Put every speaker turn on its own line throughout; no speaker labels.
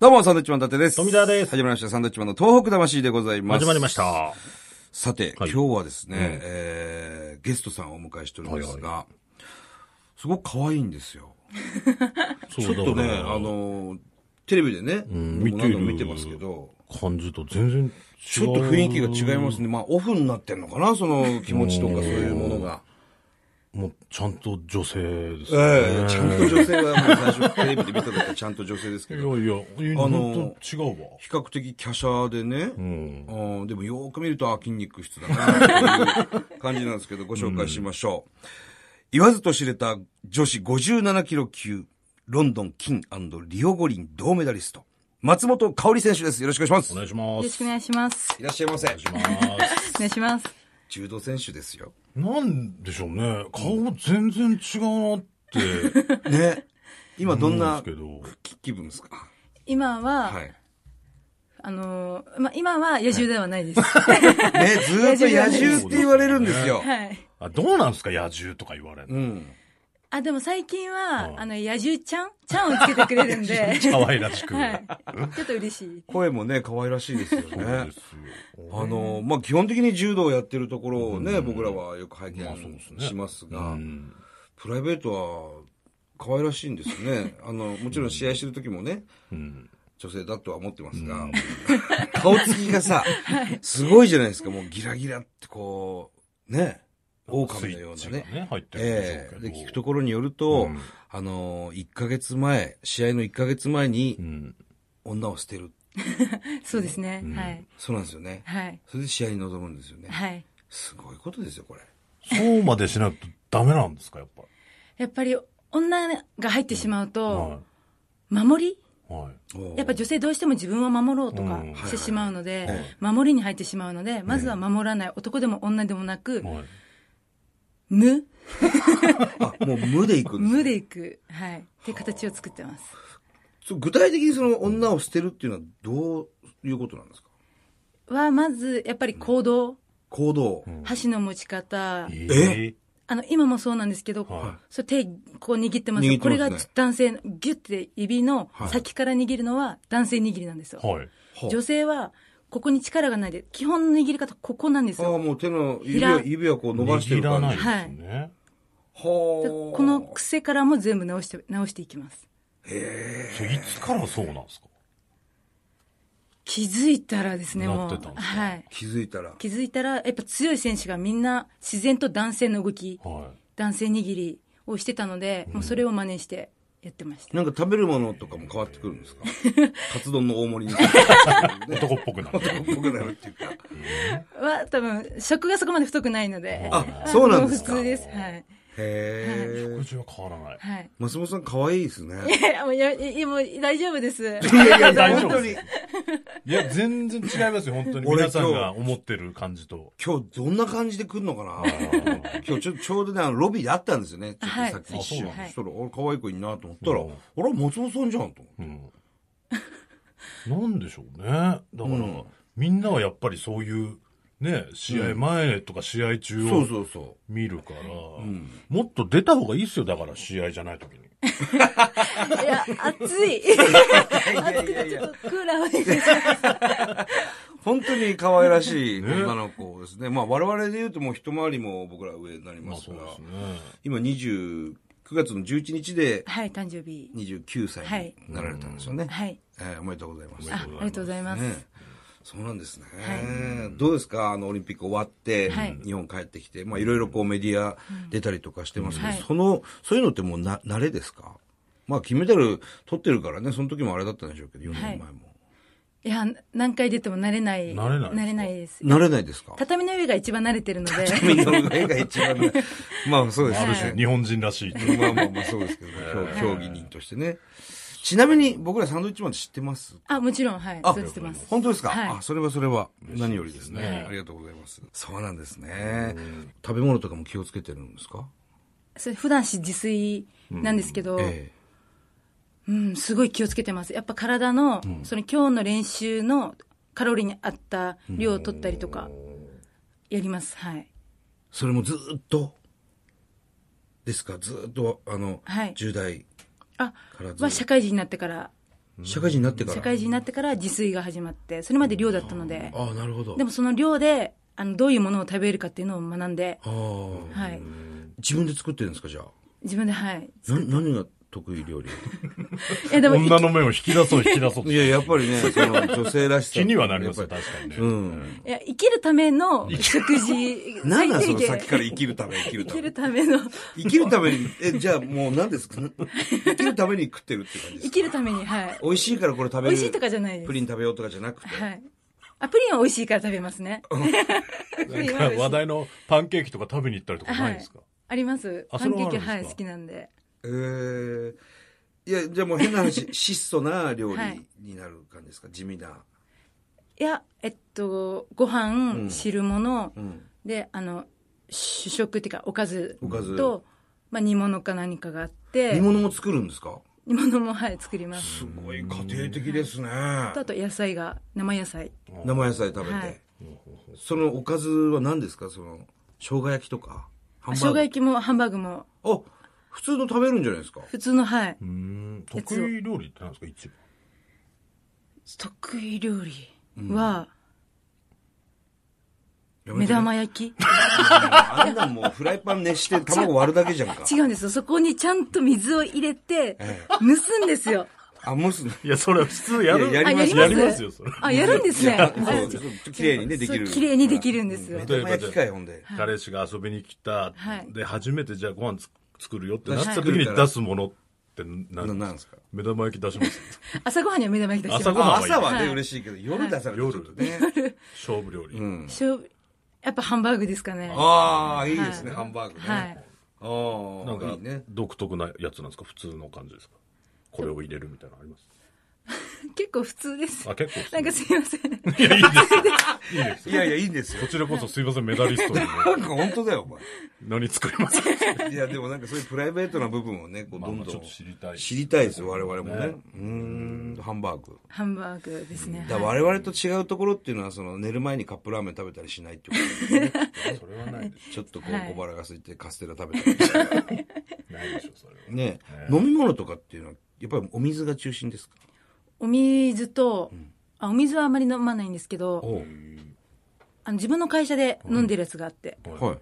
どうも、サンドウィッチマン伊達です。
富澤です
始まりました、サンドウィッチマンの東北魂でございます。
始まりまし。た。
さて、
はい
今日はですね、えー、ゲストさんをお迎えしておりますが、すごく可愛いんですよ。
ち
ちょっとね、あ、のー、テレビでね、
う
も
ん
う
見て
何
る
度も見てますけど、
感じと全然違う。
ちょっと雰囲気が違いますね。まあ、オフになってんのかな、その気持ちとかそういうものが。
もう、ちゃんと女性ですね。
ええちゃんと女性は、もう最初テレビで見た時はちゃんと女性ですけ
いや
ど、
いや、
あの
あの、違うわ。
比較的華奢でね、
うん。
うんでもよーく見ると、あ、筋肉質だな、っていう感じなんですけど、ご紹介しましょう。言わずと知れた女子57キロ級、ロンドン金リオ五輪銅メダリスト、松本香織選手です。よろしくお願いし
お
ま
願いします。
よろしくお願いします。
す。いらっしゃいませ。
お願いします。
お願いします。
柔道選手ですよ。
なんでしょうね。顔全然違うな って。
ね。今どんな
思うんです
気気分ですか
今は、
はい。ね、
あのーま、今は野獣ではないです。
ずーっと野獣って言われるんです よ。
はい。
あ、どうなんですか野獣とか言われる
う
の。
ん。
あ、でも最近は、
うん
あの、野獣ちゃんちゃんをつけてくれるんで、 はい。ち
可愛らしく。
ょっと嬉しい。
声もね、可愛らしいですよ
そうで
ね
す。よ。
あの、まあ、基本的に柔道をやってるところをね、
うん
僕らはよく拝見
まあそうですね
します
う
が、
ん。
プライベートは可愛らしいんですよね。 あの、もちろん試合してる時もね、
うん。
女性だとは思ってますが、顔つきがさ、すごいじゃないですか、もうギラギラってこう、ね、狼のよう
スイ
な
ッ
ね
チが。ね。入ってるんで
え
し
え
ょうけ
で、
ど。
聞くところによると、
うん
あの、1ヶ月前、試合の1ヶ月前に
うん。
女を捨てる。
そうですね。
うん
はい。
そうなんですよね。
はい。
それで試合に臨むんですよね。
はい。
すごいことですよ、これ。
そうまでしないとダメなんですか、やっぱ。
やっぱり、女が入ってしま
は
うと、守り
い。はい。
おー
やっぱ女性どうしても自分は守ろうとか
うん
してしまうので
はいはい、
守りに入ってしまうので、まずは守らない。男でも女でもなく、
はい。
無
あ、もう無で行くんですね
無でいく。はい。って形を作ってます。
そう具体的にその女を捨てるっていうのはどういうことなんですか
は、まず、やっぱり行動、
行動。
うん
箸の持ち方、
え
あの、今もそうなんですけど、
は
そう手、こう握って
握ってます
ます
ね
よこれが男性の、ギュッて指の
はい
先から握るのは男性握りなんですよ。
はい。
女性は、ここに力がないで、基本の握り方、ここなんです
ああ、
よ。
もう手の
ひ
指
ら
は、指はこう伸ばしてる
握ら
感
な
じ。
い
は
ですね。
で
こ
この癖からも全部直して、直していきます。
そういつからそうなんですか
気づいたらですね、も
なっ
う
てたん。ですか
はい。
気づいたら。
気づいたら、やっぱ強い選手がみんな自然と男性の動き、
は
男性握りをしてたので、もうそれを真似してやってました。
なんか食べるものとかも変わってくるんですかカツ丼の大盛りに。
い。 男っぽくなる。
僕なるっていうか。
は多分食がそこまで太くないので
あ、そうなんですか
もう普通ですはい
へ
食
え。
事は変わらない。
はい
松本さん可愛いですね。
いやもうやいやもう大丈夫です
いやい や
大丈
本
夫
当
で
に
す。いや、全然違いますよ、本当に。
俺
皆さんが思ってる感じと。
今日どんな感じで来るのかな今日ちょちょうどね、あのロビーで会ったんですよね。ちょっと
はい
さっき一
あそう
瞬。
なん
だ
そしたら、俺可愛い子いいなと思ったら、
うん
あら、松本さんじゃんと思って。
うん。なんでしょうね。だから
ん、
みんなはやっぱりそういう、ね、試合前とか試合中
そう
を
そうそ
見るから、
う。うん。
もっと出た方がいいですよ、だから試合じゃない時に。
いや暑い
いやいやい
ちょ
や
っ、とクーラーをね
本当に可愛らしい女の子ですね。まあ我々で言うともう一回りも僕ら上になり
ま
ま
あ
す
そ
か
う
ら、
ですね。
今29月の11日で
はい誕生日
29歳になられたんですよね。
はい
えーおめでとうございます。
あありがとうございます、
ねそうなんですね、どうですかあの、オリンピック終わって、
はい
日本帰ってきて、まあいろいろこうメディア出たりとかしてますけど、
うんはい
その、そういうのってもうな、慣れですかまあ金メダル取ってるからね、その時もあれだったんでしょうけど、4年前も。
いや何回出ても慣れない
慣れない
慣れないです
慣れないですか
畳の上が一番慣れてるので
みんなの絵が一番 ね。まあそうです
ある
ね
種、。日本人らしいという。
まあまあまあそうですけど、競競技人としてね。ちなみに僕らサンドウィッチマンって知ってます
あもちろんはい
あ
存じてます
本当ですか、
はい
あ、それはそれは何よりですね
嬉しいですね
ありがとうございます。そうなんですね。食べ物とかも気をつけてるんですか
それ普段し自炊なんですけど、
え
うん、すごい気をつけてます。やっぱ体の、その今日の練習のカロリーに合った量を取ったりとか、やります。はい。
えそれもずっと、ですかずっと、あの、
はい
10代
あ
からずっ、と
は社会人になってから
社会人になってから。
社会人になってから自炊が始まって、それまで寮だったので、
ああ、なるほど。
でもその寮で、あの、どういうものを食べるかっていうのを学んで、
ああ、
はい。
自分で作ってるんですか、じゃあ。
自分で、はい。
な何が得意料理
いや、でも、い
女の目を引き出そう、引き出そ う。
いや、やっぱり ね、その女性らしさ。
気にはなりますよ、
やっ
確かに ね。
ぱりうん。
や生きるための食事、
なんなんその
最低限
先から生きるため、生きる
生
た
き
め
る。ための、
生きるために、え、じゃあもう何ですか生きるために食ってるって感じです
生
か
きるために、はい。
美味しいからこれ食べる。
美味しいとかじゃないです
プリン食べようとかじゃなくて。
はい。あ、プリンは美味しいから食べますね。 プリンは美味しい
話題のパンケーキとか食べに行ったりとかないんですか、
あります。
あ
パンケー
そ
キ、
れはあ
は
るんですか
い、好きなんで。
えー、いや、じゃあもう変な 話、質素な料理になる感じですか、地味な。
いや、えっと、ご
う
飯、
ん
汁物
う、ん。
で、あの、主食っていうか、おかず
おかず
と、まあ、煮物か何かがあって、
煮物も作るんですか
煮物も、はい、作ります。
すごい家庭的ですね。
あと、野菜が、生野菜。
生野菜食べて。
はい
そのおかずは何ですかその、生姜焼きとかハンバ
生
ー
姜
グ
焼きもハンバーグも、
あ、普通の食べるんじゃないですか
普通の、はい。
うーん得意料理ってなんですか一
得意料理は、
やめ
目
てね
玉焼き
あんなんもうフライパン熱して卵割るだけじゃんか。
違うんですよ。そこにちゃんと水を入れて、 蒸すんですよ。
あ、蒸すね。
番いやそれは普通や
るいやや
あ、
ります
やりますよそれ
あ、やるんですね。
そうそう綺麗にね、できる。
そう綺麗にできるんですよ
目玉焼きかい、ほんで。
彼氏が遊びに来た、
はい
で初めてじゃあご飯つ作るよってな
はい
った時に出すものってな
ななんですか
目玉焼き出します
朝ごはんには目玉焼き出して
朝
ま
ごはん
あ朝は
は
ね、
い
嬉しいけど、夜出されるとちょっとね。
勝負料理、
うん。
す。しょうやっぱハンバーグですかね。は
ああ、いいですね、ハンバーグね。
い。
あ
なん
あ、い
か
いね。
独特なやつなんですか普通の感じですかこれを入れるみたいなのあります
結構普通です。
あ結構普通
なんかすいません。
いやいいですいいです
いやいや、いいんですよ
こ。ちらこそすいませんメダリストにね
なんか本当だよ、お
何作りますか
前。いや、でもなんかそういうプライベートな部分をね、こう、どん
まあまあち
ど
ょっ
ん
と知りたい
知りたいですよ、我々もね
ね。
うーん、ハンバーグ。
ハンバーグですね。
だ
はい
我々と違うところっていうのは、その寝る前にカップラーメン食べたりしないってことだよね
それはない です
ちょっとこ
は
う
い
小腹が空いてカステラ食べたりして
ないでしょそれは
ね。飲み物とかっていうのは、やっぱりお水が中心ですか
お水と、あ、お水はあまり飲まないんですけど、
お
あの自分の会社で飲んでるやつがあって、
はい。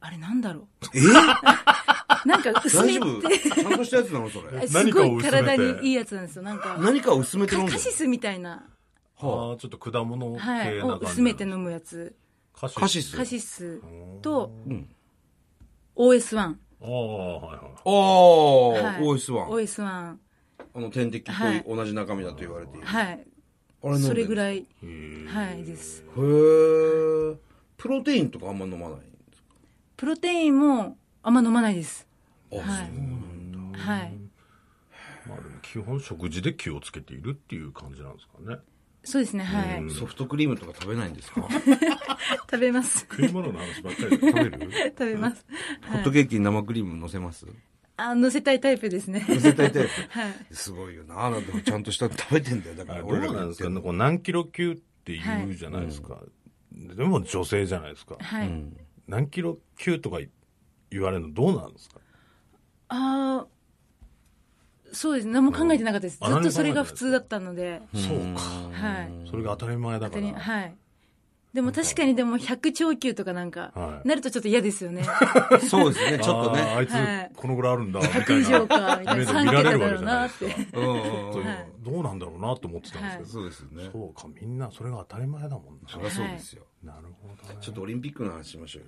あれなんだろ
え
う。 なんか薄
大
め
丈
って
夫、ちゃんとしたやつなのそれ。
す
何か
ご
を
い
薄めて
体にいいやつなんですよ。なんか、
何かを薄めて飲んで
カ
る
カシスみたいな、
は
ああ、ちょっと果物系な
は
感じ
い、
な
を
んですね
薄めて飲むやつ。
カシ
カシス。
カ
あ
シスと、OS1。
ああ、はいはい。
あー、
はい
OS1。
OS1。
あの天敵と
はい
同じ中身だと言われている。
はい。
あれ飲んでる
それぐら
い。
い。はい、です。
へー。プロテインとかあんま飲まないんですか
プロテインもあんま飲まないです。
あ、
はい。はい。
まあでも基本食事で気をつけているっていう感じなんですかね。
そうですね、はい。
ソフトクリームとか食べないんですかホ
食べます。
食い物の話ばっかりで食 べる
食べます。は
ッ
い
トケーキに生クリーム乗せます
あ、乗せたいタイプですね。
乗せたいタイ
はい。
プ。すごいよな。なんかちゃんとしたの食べてんだよ。だか
あ
ら
ど
俺ら
う
が
なん
言
で
っ
す
てる
かね
の。
こう軟キロ級って言うじゃないですか。でも女性じゃないですか。
はい。
何キロ級とか言われるのどうなんですか
あーそうですね。何も考えてなかったです。
あ
ずっとそれが普通だったので。
そうか。
はい。
それが当たり前だ
当
か
たり
ら。
はい。でも確かにでも100超級とかなんか、
はい
なるとちょっと嫌ですよね。
そうですね、ちょっと
あー
ね。
あい
はい
つこのぐらいあるんだ、みたいな。
100以上か、みたい
目
な。
で
3
見られ
桁
るわけ
だろ
じ
う
ゃな
ないっ
です
て
か。。
うんうん
そううん
はい
どうなんだろうなと思ってたんですけど。
そうですよね。
そうか、みんなそれが当たり前だもんな。
そりゃそうですよ。
なるほどね。
ちょっとオリンピックの話しましょ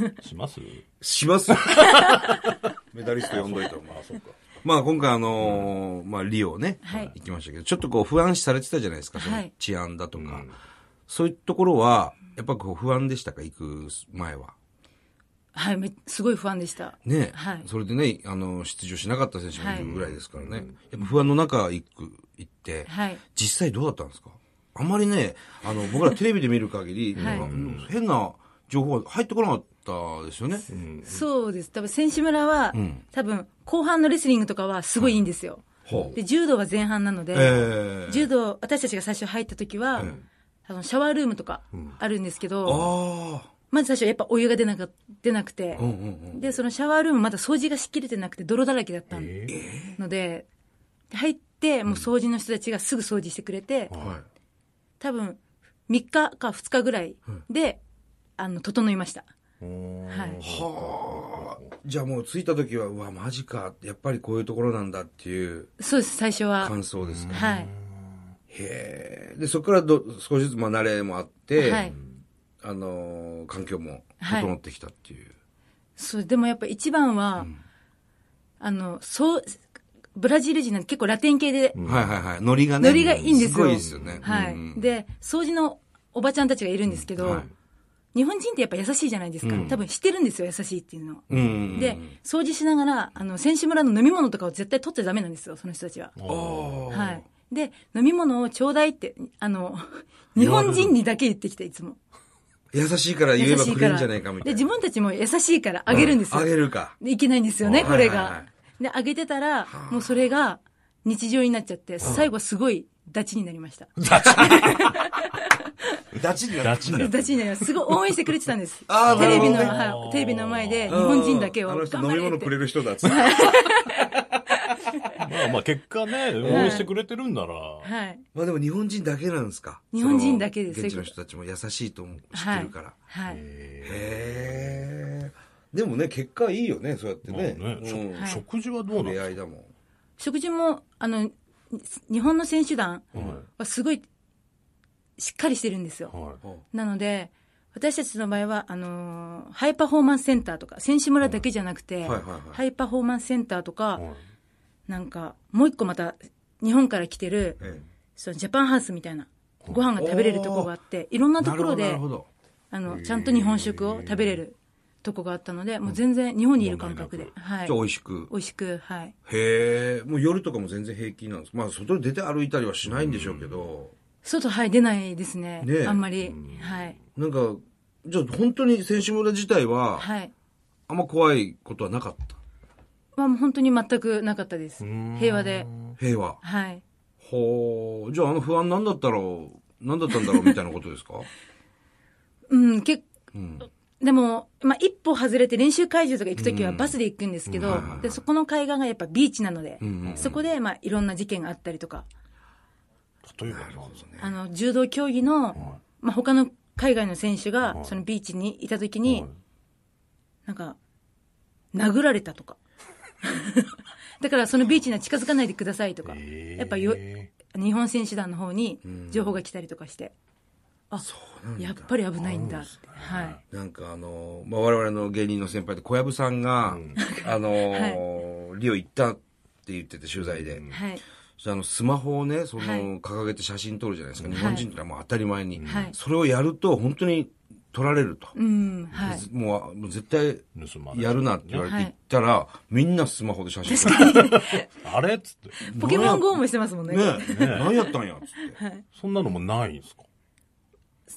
うよ。
します
し ますよ メダリスト呼んどいたお前。
そうか。
まあ今回あのーまあリオね、
はい
行きましたけど、ちょっとこう不安視されてたじゃないですか、そ
は
の
い
治安だとか。そういうところは、やっぱこう不安でしたか、行く前は。
はい、めすごい不安でした。
ね、
はい。
それでね、あの、出場しなかった選手もいるぐらいですからね。やっぱ不安の中行く、行って、
はい
実際どうだったんですかあんまりね、あの、僕らテレビで見る限り、
はい
なんか変な情報が入ってこなかったですよね。
そうです。多分、選手村は、多分、後半のレスリングとかはすごいいいんですよ。
ほう。
で、柔道は前半なので、
ええ
柔道、私たちが最初入った時は、あのシャワールームとかあるんですけど、
ああ。
まず最初やっぱお湯が出なか出なくて、
うんうんうん。
で、そのシャワールームまだ掃除がしきれてなくて泥だらけだったので、で入っって、もう掃除の人たちがすぐ掃除してくれて、
は
多分3日か2日ぐらいで、あの整いました、はい、
い。じゃあもう着いた時は、うわ、マジか、やっぱりこういうところなんだっていう
そうです最初は
感想ですか。
はい
へえ。で、そこからど少しずつまあ慣れもあって、
はい
あのー環境も整ってきたっていう。
そうでもやっぱ一番は、あのそうブラジル人なんて結構ラテン系で、
はいはいはい。ノリがね。
ノリがいいんですよ
すごいですよね。
はい
うんうん
で掃除のおばちゃんたちがいるんですけど、
はい
日本人ってやっぱ優しいじゃないですか、多分知ってるんですよ優しいっていうのを、
うんうんうん。
で掃除しながらあの選手村の飲み物とかを絶対取っちゃダメなんですよその人たちは
ああ。
はい。で、飲み物をちょうだいって、あの、日本人にだけ言ってきて、いつも。
優しいから言えばくれるんじゃないかみた
で、
いな。
自分たちも優しいからあげるんですよ。
あげるか。
でいけないんですよね、
あ
こ
はい
れ
はいは
が。で、あげてたら、もうそれが日常になっちゃって、最後はすごいダチになりました。
ダチにな
ダチだ。
ダチになりました。すごい応援してくれてたんです。
あー
テレビの、
なるほどね
はい、テレビの前で日本人だけ
あ
は。
の人
頑
飲
張
み
れっ
物
て
くれる人だっつって。
まあまあ結果ね、応援してくれてるんなら。
はい。
まあでも日本人だけなんですか。
日本人だけです
その現地の人たちも優しいと思う知っ
は
て
い
るから。。
はい。
へえ。でもね、結果いいよね、そうやって
まあね
ね。
し
うん
はい
食事はどうな
出
の
会いだもん。
食事も、あの、に日本の選手団はすごい、しっかりしてるんですよ。
はい
なので、私たちの場合は、あのーハイパフォーマンスセンターとか、選手村だけじゃなくて、
はいはいはい
ハイパフォーマンスセンターとか、
はい
なんか、もう一個また、日本から来てる、
え
そのジャパンハウスみたいな、ご飯が食べれるとこがあって、いろん
え
なところ
な
で
る、ほど。
あの、ちゃんと日本食を食べれるとこがあったので、もう全然日本にいる感覚で、は。
ないるほどじゃあ美味し
美
く。
味しく、はい。
へえ。もう夜とかも全然平気なんです。まあ外に出て歩いたりはしないんでしょうけど。
外、はい、出ないですね。
ねえ
あんまり。はい。
なんか、じゃあ本当に選手村自体は、
はい。
あんま怖いことはなかった。
は、もう本当に全くなかったです。平和で。
平和。
はい。
ほう。じゃああの不安なんだったろう、なんだったんだろうみたいなことですか
うん、け
うん。
でも、まあ、一歩外れて練習会場とか行くときはバスで行くんですけど、
うんはいはいはい
で、そこの海岸がやっぱビーチなので、
んうんうん
そこで、まあ、いろんな事件があったりとか、
例えばなんだろ
あの、柔道競技の、まあ、他の海外の選手が、そのビーチにいたときに、なんか、殴られたとか。 だから、そのビーチには近づかないでくださいとか、
う
やっぱよ、
え
日本選手団の方に情報が来たりとかして、あ、やっぱり危ないんだって。はい。
なんかあの、まあ、我々の芸人の先輩で小籔さんが、あのー、リオ行ったって言ってて取材で。
はい。
そしたらあのスマホをね、その、
はい
掲げて写真撮るじゃないですか。
い
日本人ってのはもう当たり前に。
はい
それをやると本当に撮られると。
うん、はい。
もうあもう絶対
ー盗まれ
やるなって言われて行ったら、みんなスマホで写真撮る。
あれっつって。
ポケモン GO もしてますもんね。
ねえ、何やったんやっつって。
そんなのもないんですか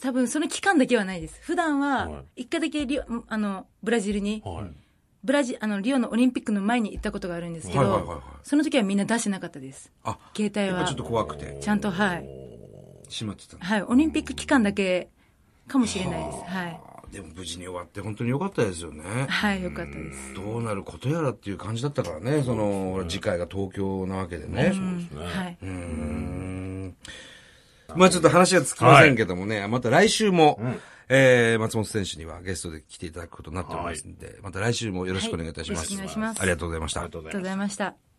多分その期間だけはないです。普段
は
は、一回だけリオ、あの、ブラジルに、
はい。
ブラジ、あの、リオのオリンピックの前に行ったことがあるんですけ
はいはいはいはい
ど、その時はみんな出してなかったです。
あ、
携帯
やっぱ
は
ちょっ。と怖くて、
ちゃんと、はい。
しまってたの
はい。オリンピック期間だけかもしれないです。はい。
あでも無事に終わって本当に良かったですよね。
はい、よかったです。
どうなることやらっていう感じだったからね、その、次回が東京なわけでね。
はい。
うんまあちょっと話はつきませんけどもね、また来週も、えー、松本選手にはゲストで来ていただくことになっておりますんで、また来週もよろしくお願いいたします。
はいよろしくお願いします
ありがとうございました。
ありがとうございます
ありがとうございました。